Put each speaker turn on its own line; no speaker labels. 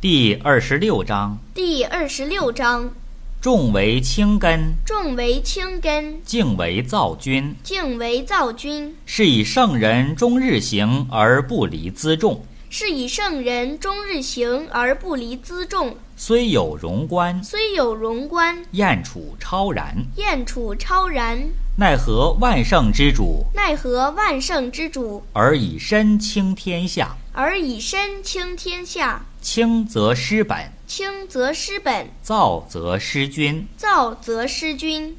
第二十六章：
第二十六章：
重为轻根，
重为轻根，
静为躁君。
静为躁君。
是以圣人终日行而不离辎重，
是以圣人终日行而不离辎重，
虽有荣观，
虽有荣观，
燕处超然。
燕处超然。
奈何万圣之主，
奈何万圣之主，
而以身轻天下？
而以身轻天下。
轻则失本，
轻则失本，
躁则失君。
躁则失君。